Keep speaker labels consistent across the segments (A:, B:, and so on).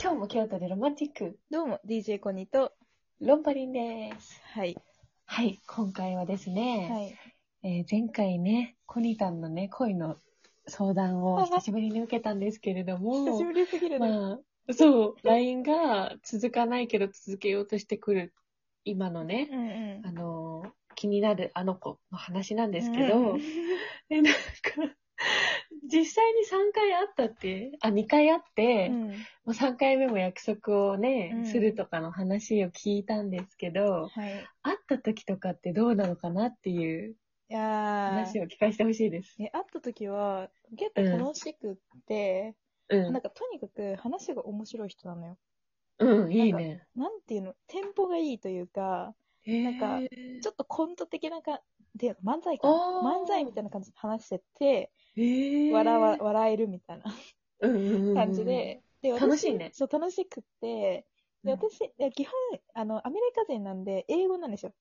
A: 今日も京都でロマンティック、
B: どうも、DJ コニーと、
A: ロンパリンです。
B: はい。
A: はい、今回はです
B: は
A: ね、
B: い。
A: えー前回ね、コニタンのね、恋の相談
B: あ
A: を
B: あ
A: 久しぶりに受けたんですけれども、
B: 久しぶりすぎるね。
A: まあ、そう、LINE が続かないけど続けようとしてくる、今のね、
B: んうん
A: あのー気になるあの子の話なん
B: で
A: ですけど、え、なんか、実際に3回会ったって、あ、2回会って、もう3回目も約束をね、
B: うん
A: するとかの話を聞いたんですけど、
B: はい。
A: 会った時とかってどうなのかなっていう
B: いや
A: 話
B: ー、
A: を聞かせてほしいです。
B: ね、会った時は、結構楽しくって、
A: うん
B: なん。かとにかく話が面白い人なのよ。
A: うん、いいね。
B: なんていうの、テンポがいいというか、なんか
A: へー、
B: ちょっとコント的なか、で、漫才か。
A: あー
B: 漫才みたいな感じで話してて、
A: へー
B: 笑わ、笑えるみたいな
A: うんうんうん
B: 感じで、で、私
A: 楽しいね
B: そう、楽しくって、で、
A: うん
B: 私、いや基本、あの、アメリカ人なんで、英語なんですよ。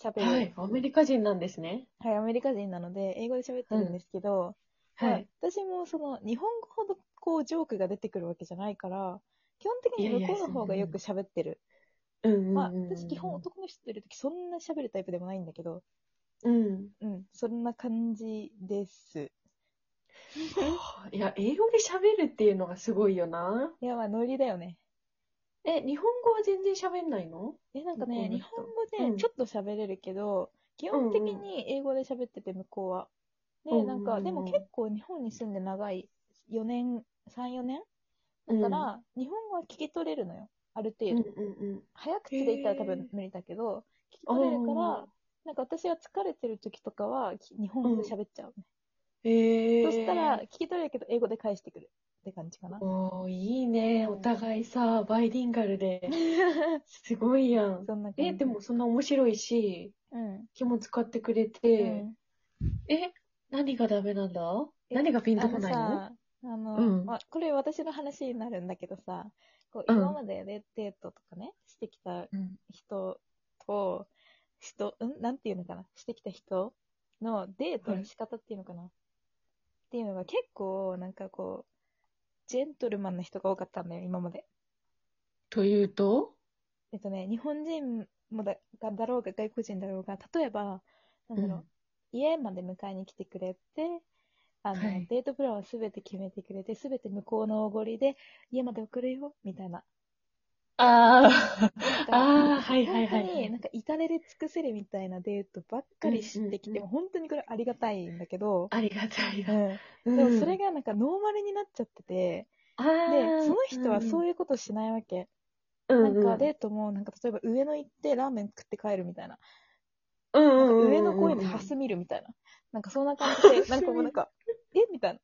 B: 喋る。
A: はい、アメリカ人なんですね。
B: はい、アメリカ人なので、英語で喋ってるんですけど、
A: は
B: まあ
A: い。
B: 私もその、日本語ほどこう、ジョークが出てくるわけじゃないから、基本的に向こうの方がよく喋ってる。
A: うんうんうん
B: まあ、私基本男の人といるときそんな喋るタイプでもないんだけど、
A: うん。
B: うん、そんな感じです。
A: いや、英語で喋るっていうのがすごいよな。
B: いや、まあ、ノリだよね。
A: え、日本語は全然喋んないの
B: え、なんか
A: 向こう
B: ね、
A: の
B: 日
A: 人
B: 本語
A: うん
B: でちょっと喋れるけど、基本的
A: うん
B: に英語で喋ってて、向こうは。
A: うんう
B: で、
A: ん
B: な
A: うん
B: んか、でも結構日本に住んで長い、4年、3、4年
A: だ
B: だか、ら、日本語は聞き取れるのよ。ある
A: う
B: 程
A: んう
B: 度。
A: んうん。
B: 早口で言ったら多
A: へー
B: 分無理だけど、聞き取れるか
A: あ
B: ら、なんか私は疲れてる時とかは、き日本語で喋っちゃうね。
A: へえ。
B: そしたら、聞き取れるけど、英語で返してくるって感じかな。
A: おーいいね。お互いさ、バイリンガル で。
B: そ
A: すごいやん。
B: んな感じ。
A: え、でも、そんな面白いし、
B: うん。
A: 気も使ってくれ
B: う
A: て
B: ん。
A: え、何がダメなんだ
B: え
A: 何がピンとこない
B: あの
A: の
B: さ、あの、
A: うん
B: まあ、これ私の話になるんだけどさ、こう
A: うん
B: 今までデデートとかね、してきた
A: うん。
B: 人と、人、うんなんていうのかなしてきた人のデートの仕方っていうのかな、っていうのが結構、なんかこう、ジェントルマンな人が多かったんだよ、今まで。
A: というと
B: えっとね、日本人もだがだろうが外国人だろうが、例えば、なんだろう、家まで迎えに来てくれて、あの、
A: はい
B: デートプランはすべて決めてくれて、すべて向こうのおごりで、家まで送るよ、みたいな。
A: ああ、
B: なんか
A: ああ、はいはいは。
B: 本当にないんか至れり尽くせりみたいなデートばっかりしてきて、
A: うんうんう
B: 本当にこれありがたいんだけど、
A: ありがたいな。
B: うん
A: で
B: でもそれがなんかノーマルになっちゃってて、
A: あ
B: で、その人はそう
A: い
B: いうことしないわけ。
A: うん、
B: なんか
A: で、
B: デートも、なんか例えば上野行ってラーメン食って帰るみたいな。
A: うんう
B: なん
A: ん
B: か
A: うんうん
B: 上野公園でハス見るみたいな。なんかそんな感じ で、なんかもうなんか、えみたいな。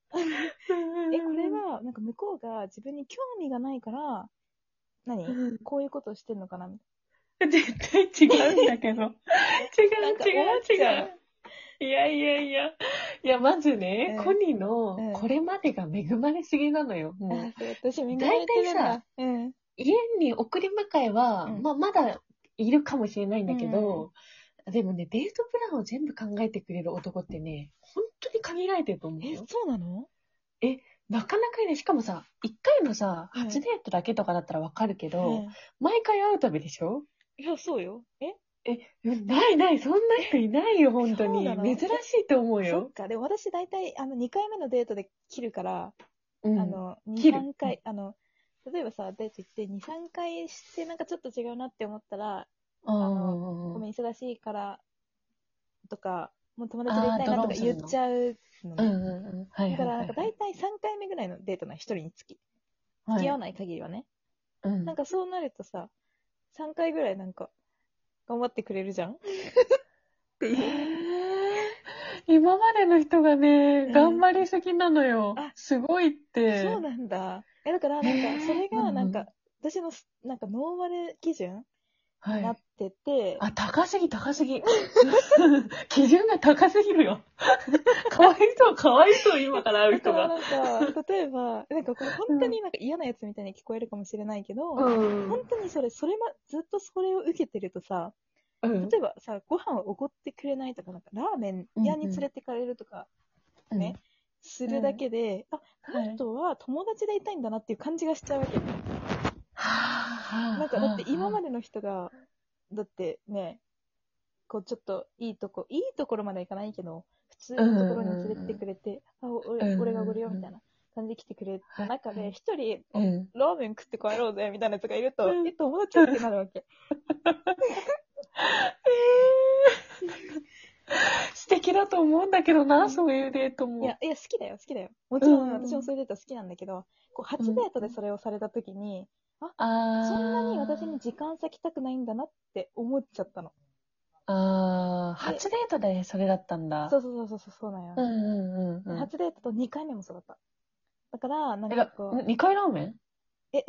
B: え、これは、なんか向こうが自分に興味がないから、何
A: うん
B: こういうことをしてんのかなみ
A: 絶対違うんだけ ど。違う
B: なんか
A: 違
B: 思っ
A: う
B: ち
A: 違
B: ゃ
A: う。いやいやいや。いや、まずね、
B: うん
A: コニーの
B: うん
A: これまでが恵まれすぎなのよ。
B: たいな。
A: もう
B: あ、そう、私見慣れてるんだ。うん。
A: 家に送り迎えは、
B: うん
A: まあ、まだいるかもしれないんだけ
B: うん
A: ど、でもね、デートプランを全部考えてくれる男ってね、本当に限られてると思う
B: え、
A: よ。
B: そうなの
A: なかなかいない。しかもさ、一回のさ、
B: うん
A: 初デートだけとかだったらわかるけど、
B: うん
A: 毎回会うたびでしょ
B: いや、そうよ。え
A: うんないない、そんな人いないよ、本当
B: そう
A: に。
B: なの
A: 珍しいと思う
B: そっ
A: よ。
B: か。でも私大体、あの、2回目のデートで切るから、
A: うん
B: あの、2、
A: 切る
B: 3回、あの、例えばさ、デート行って2、3回して、なんかちょっと違うなって思ったら、
A: あ
B: の
A: ー
B: ごめん、忙しいから、とか、もう友達で行きたいなとか
A: あードローする
B: 言
A: の
B: っちゃうの
A: う
B: ね。
A: んうんうん。はいはい
B: だから、
A: は
B: なん
A: い
B: か大体3回目ぐらいのデートなの、1人につき。
A: はい。
B: 付き合わない限りはね。
A: うん
B: なんかそうなるとさ、3回ぐらいなんか、頑張ってくれるじゃんってい う。
A: 今までの人がね、
B: うん
A: 頑張りすぎなのよ。
B: あ
A: すごいって。
B: そうなんだ。え、だから、なんか、それ
A: うんう
B: が、
A: ん
B: なんか、私のす、なんか、ノーマル基準
A: は
B: にないっ。てて、
A: あ、高すぎ、高すぎ。 基準が高すぎるよ。 かわいそう、かわいそう、今から会う
B: だか
A: 人
B: ら
A: が。
B: なんか、例えば、なんかこれ本当になんか嫌なやつみたいに聞こえるかもしれないけど、
A: うん。
B: 本当にそれ、それま、ずっとそれを受けてるとさ、
A: うん
B: 例えばさ、ご飯をおごってくれないとか、なんかラーメン屋に連れてかれるとかね、するだけで、あ、
A: うん。は
B: あ
A: い
B: とは友達でいたいんだなっていう感じがしちゃうわけ。
A: な
B: なんかだって今ま
A: で。
B: での人が、だってね、こうちょっといいとこ、いいところまではいかないけど、普通のところに連れてってくれて、あ、お
A: うんうん
B: 俺
A: うん
B: 俺がおごるよみたいな感じで来てくれた中
A: はいは
B: で、
A: い
B: 一人、
A: うん。
B: ラーメン食って帰ろうぜみたいなやつがいると、
A: うん
B: え、友達ってなるわけ。
A: えー素敵だと思うんだけどな、そういうデート
B: い
A: も。
B: や、いや、好きだよ、好きだよ。もちろ
A: うん
B: ん
A: うんうん
B: 私もそういうデート好きなんだけど、こう、初デートでそれをされた時に、
A: あー
B: そんなに私に時間割きたくないんだなって思っちゃったの。
A: あー
B: で
A: 初デートでそれだったんだ。
B: そうそうそうそう、そうなんよ。
A: うんうんうんうん。
B: 初デートと2回目もそうだった。だから、なん
A: え
B: か
A: だ
B: こう、
A: ん二回ラーメン
B: え、 い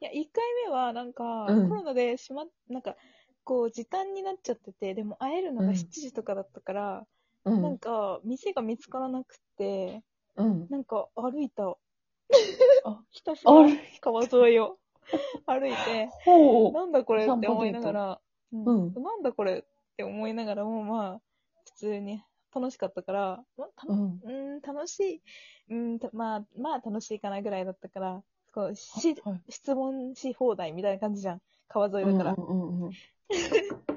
B: や、1回目はなんか、
A: うん
B: コロナでしま、なんか、こう、時間になっちゃってて、でも会えるの
A: う
B: が
A: ん
B: 7時とかだったから、
A: う
B: なん
A: ん。
B: か、店が見つからなくて、
A: うん。
B: なんか歩いた
A: あ。
B: ひたすら川沿いを歩いて、
A: ほう。
B: なんだこれって思いなが
A: 散
B: ら、う
A: ト
B: ん
A: う
B: なんだこれって思いながらも、まあ、普通に楽しかったから、まあ、た
A: う
B: の
A: ん。
B: うん、楽しい、うん、たまあ、まあ楽しいかなぐらいだったから、こうし
A: はい
B: 質問し放題みたいな感じじゃん。川沿いだから。
A: うんうんうん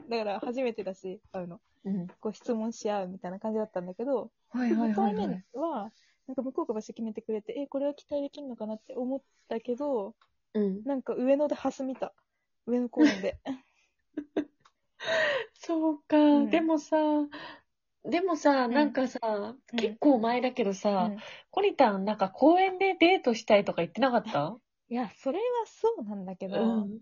B: だから初めてだし、会うの。
A: うん。
B: こう質問し合うみたいな感じだったんだけど、
A: はいはい
B: 2
A: は
B: 回
A: い
B: 目
A: はい。
B: は、なんか向こうが場所決めてくれて、え、これは期待できるのかなって思ったけど、
A: うん。
B: なんか上野でハス見た。上野公園 で。
A: そうか、
B: うん
A: でもさ、でもさ、
B: ん
A: なんかさ、
B: ん
A: 結構前だけどさ、
B: うん
A: コリタンなんか公園でデートしたいとか言ってなかった
B: いや、それはそうなんだけど、
A: うん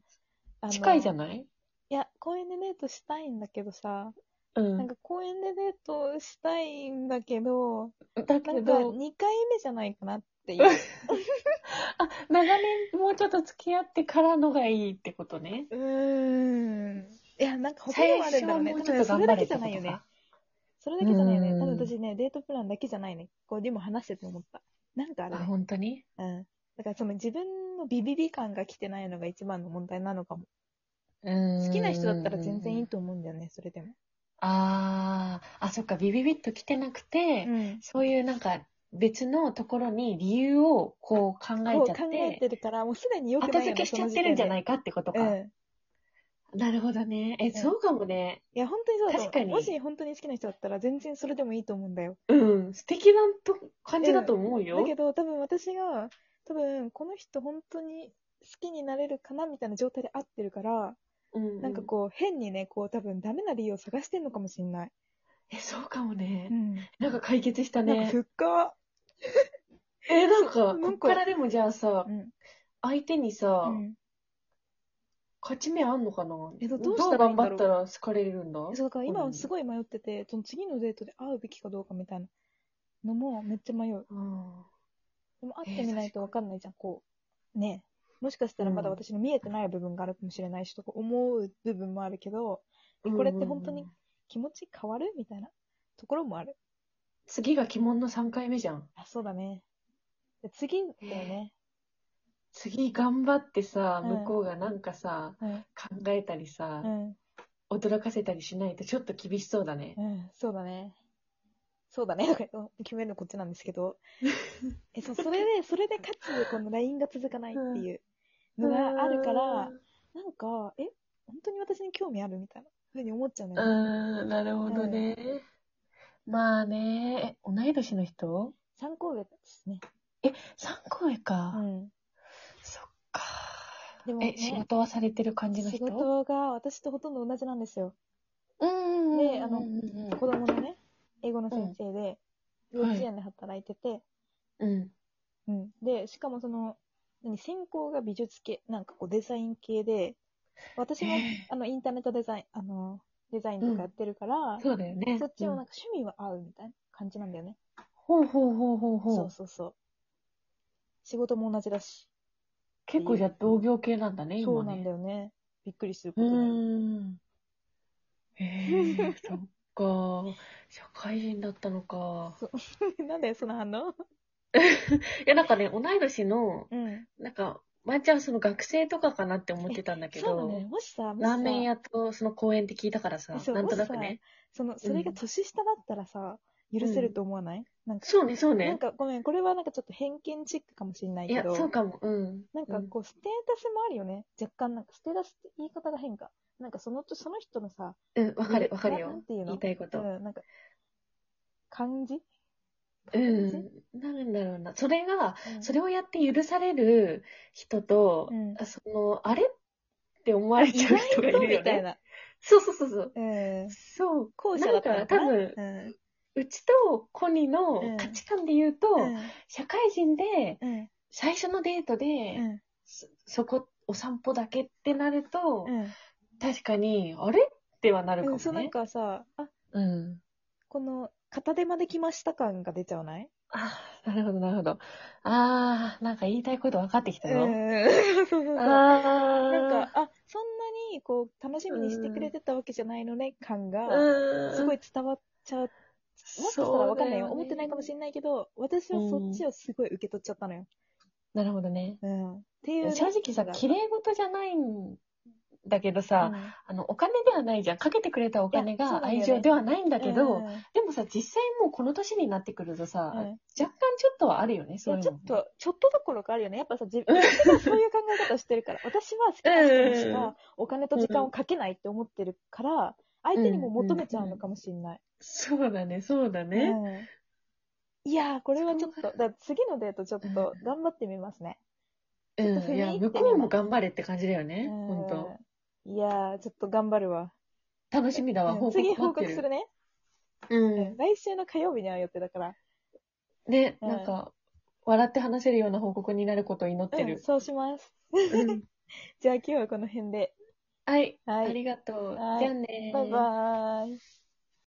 B: あの
A: 近いじゃない
B: いや、公園でデートしたいんだけどさ、
A: うん
B: なんか公園でデートしたいんだけど、
A: だ
B: な
A: け
B: んか
A: ど、
B: 2回目じゃないかなっていう。
A: あ、長年もうちょっと付き合ってからのがいいってことね。
B: うーん。いや、なんか他に
A: 最
B: もある
A: 初
B: んだろ
A: は
B: うね。
A: もうちょっと
B: 多分そ
A: 頑
B: れ
A: 張
B: だ
A: れ
B: け
A: っ
B: じ
A: て
B: ゃ
A: こと
B: ないよね
A: か。。
B: それだけじゃないよね。
A: うん
B: 多分私ね、デートプランだけじゃないね。こう、でも話してて思った。なんかあ
A: あ、
B: るね。
A: 本当に
B: うん。だからその自分のビビビ感が来てないのが一番の問題なのかも。
A: 好
B: 好きな人だったら全然いいと思うんだよね、それでも。
A: ああ、あ、そっか、ビビビッと来てなくて、
B: ん。
A: そういうなんか別のところに理由をこう考え
B: こう
A: ちゃ
B: 考
A: っ
B: え
A: て、
B: てるから、もうすでに良く
A: 後
B: ない
A: 付
B: よね、
A: けしちゃってるんじゃないいかってこと
B: う
A: か。
B: ん。
A: なるほどね。え、
B: ん
A: そうかもね。
B: いや、本当にそうだと思う
A: 確かに
B: もし本当に好きな人だったら、全然それでもいいと思うんだよ。
A: うん、素敵なと感じだと思うよ。
B: だけど、多分私が、多分この人本当に好きになれるかなみたいな状態で会ってるから、
A: うんうん
B: なんかこう、変にね、こう、多分ダメな理由を探してんのかもしんない。
A: え、そうかもね。
B: ん。
A: なんか解決した
B: なんか
A: ね。
B: 復活、
A: え、なんか、
B: なんか
A: こっからでもじゃあさ
B: う、ん。
A: 相手にさ、
B: うん。
A: 勝ち目あんのかな
B: えど
A: ど
B: ど
A: う
B: うしたら
A: 頑
B: いいんだ
A: 張
B: ろ
A: っ
B: う
A: たら好かれるんだ
B: そうだから今はす
A: い。
B: ごい迷ってて、その次のデートで会うべきかどうかみたいなのもめっちゃ迷う。
A: うん
B: でも会ってみないとわかんないじゃん、こう。ねえもしかしたらまだ
A: うん
B: 私の見えてない部分があるかもしれないし、とか思う部分もあるけど、これって本当に気持ち変わるみたいなところもある。
A: 次が鬼門の3回目じゃん。
B: あ、そうだね。で次だよね。
A: 次頑張ってさ、
B: うん
A: 向こうがなんかさ、
B: うん。
A: 考えたりさ
B: う、ん。
A: 驚かせたりしないとちょっと厳しそうだね。
B: うん。そうだね。そうだね。 とか言って決めるのこっちなんです けど。え、そう、それで、それでかつ、この LINE が続かないっていうのがあるから、なんか、え、本当に私に興味あるみたいなふうに思っちゃうの
A: う
B: よね。
A: ん、なるほどね。まあね、え同い年の人
B: 参考月ですね。
A: 三個上か
B: う。ん。
A: そっか。
B: でも、
A: え、
B: ね、
A: 仕事はされてる感じの人
B: 仕事が私とほとんど同じなんですよ。
A: うんうんうんうん。
B: であの
A: うん
B: 子供のね、英語の先生で、
A: うん
B: 幼稚園で働いてて、
A: うん。
B: うん。で、しかもその、何、専攻が美術系、なんかこうデザイン系で、私も、
A: え
B: あの、インターネットデザイン、あの、デザインとかやってるから、
A: そうだよね。
B: そっち
A: う
B: も
A: ん
B: なんか趣味は合うみたいな感じなんだよね。
A: ほうほうほうほうほう。
B: そうそうそう。仕事も同じだし。
A: 結構じゃあ同業系なんだね、
B: そう
A: 今
B: な
A: ね。
B: んだよね。びっくりするこ
A: う
B: とに。
A: ーん。へえ、そっか。社会人だったのか。
B: なんだよ、その反応。
A: いや、なんかね、同い年の、
B: うん。
A: なんか、まーちゃんその学生とかかなって思ってたんだけ
B: そうなのよ。
A: ど、
B: もしさ、もしさ、
A: ラーメン屋とその公園って聞いたからさ
B: え、そう
A: なんとなく
B: もし
A: ね。
B: その、それが年下だったらさ、許せると思わない、なんか、
A: そうね、そう
B: なん
A: ね。
B: かごめん、これはなんかちょっと偏見チックかもしれない
A: い
B: け
A: や、
B: ど、
A: そうかも。うん。
B: なんかこう、ステータスもあるよね。若干なんか、ステータスって言い方が変か。なんかその、その人のさ、
A: うん、うん、わかる、わかる
B: なな
A: よ
B: ん。ていうの
A: 言いたいこと。
B: うん、なんか、感じ
A: う
B: 感じ
A: ん。なんだろうな。それが、
B: うん
A: それをやって許される人と、
B: うん
A: あその、あれって思われちゃう人がい
B: そう
A: るよ
B: みたい
A: ね。
B: な。
A: そうそうそうそう。
B: うん。
A: そう。
B: 後者だった
A: な
B: の
A: んか
B: か
A: 多
B: な
A: 分、
B: うん。
A: うちとコニの価値観で言うと、社会人で、
B: うん。
A: 最初のデートで、
B: うん。
A: そそこ、お散歩だけってなると、
B: うん。
A: 確かに、あれってはなるか
B: う
A: も
B: ん、そうなん
A: ね。
B: かさ、あ、
A: うん。
B: この、片手まで来ました感が出ちゃわない
A: ああ、なるほど、なるほど。ああ、なんか言いたいこと分かってきたよ。
B: うん。 そうそうそう。なん
A: ああ、
B: か、、あ、そんなに、こう、楽しみにしてくれてたわけじゃないのね、感が、
A: うん。
B: すごい伝わっちゃう。もしかしたらわかんないよ。思ってないかもし
A: れ
B: れないけど、私はそっちをすごい受け取っちゃったのよ。
A: ない。なるほどね。
B: うん。っていうね。
A: 正直さ、
B: のが
A: 綺麗事じゃないんだけど
B: う
A: さ、
B: ん
A: あの、お金ではないじゃん。かけてくれたお金
B: いやそう
A: が
B: なんだよね
A: 愛情ではないんだけど、
B: うんうんうん
A: でもさ、実際もうこの年になってくるとさ、
B: うん
A: 若干ちょっとはあるよね、そういう
B: ち
A: の
B: ょ
A: も
B: っと、ちょっとどころかあるよね。やっぱさ、自分がそういう考え方をしてるから、私は好きな人にし
A: うん
B: かお金と時間をかけないって思ってるから、相手にも求めちゃうのかもしれない。
A: そうだね、そうだね。
B: うんいやー、これはちょっ
A: そ
B: と、だ
A: う
B: から次のデートちょっと頑張ってみますね。
A: うん
B: ちょっと踏
A: い
B: み
A: や、
B: 入ってみ
A: 向
B: ます
A: こうも頑張れって感じだよ
B: う
A: ね、
B: ん
A: 本当。
B: いやー、ちょっと頑張るわ。
A: 楽しみだわ、
B: うん
A: 報告
B: 次
A: 待
B: 報
A: って
B: 告するね。
A: う
B: うん
A: ん。
B: 来週の火曜日に会う予定だから。
A: ね、
B: うん
A: なんか、笑って話せるような報告になることを祈って
B: うん、
A: る。
B: そうします。
A: うん
B: じゃあ今日はこの辺で。
A: はい、
B: はい
A: ありがとう
B: は。い
A: じゃあね
B: バイバーイ。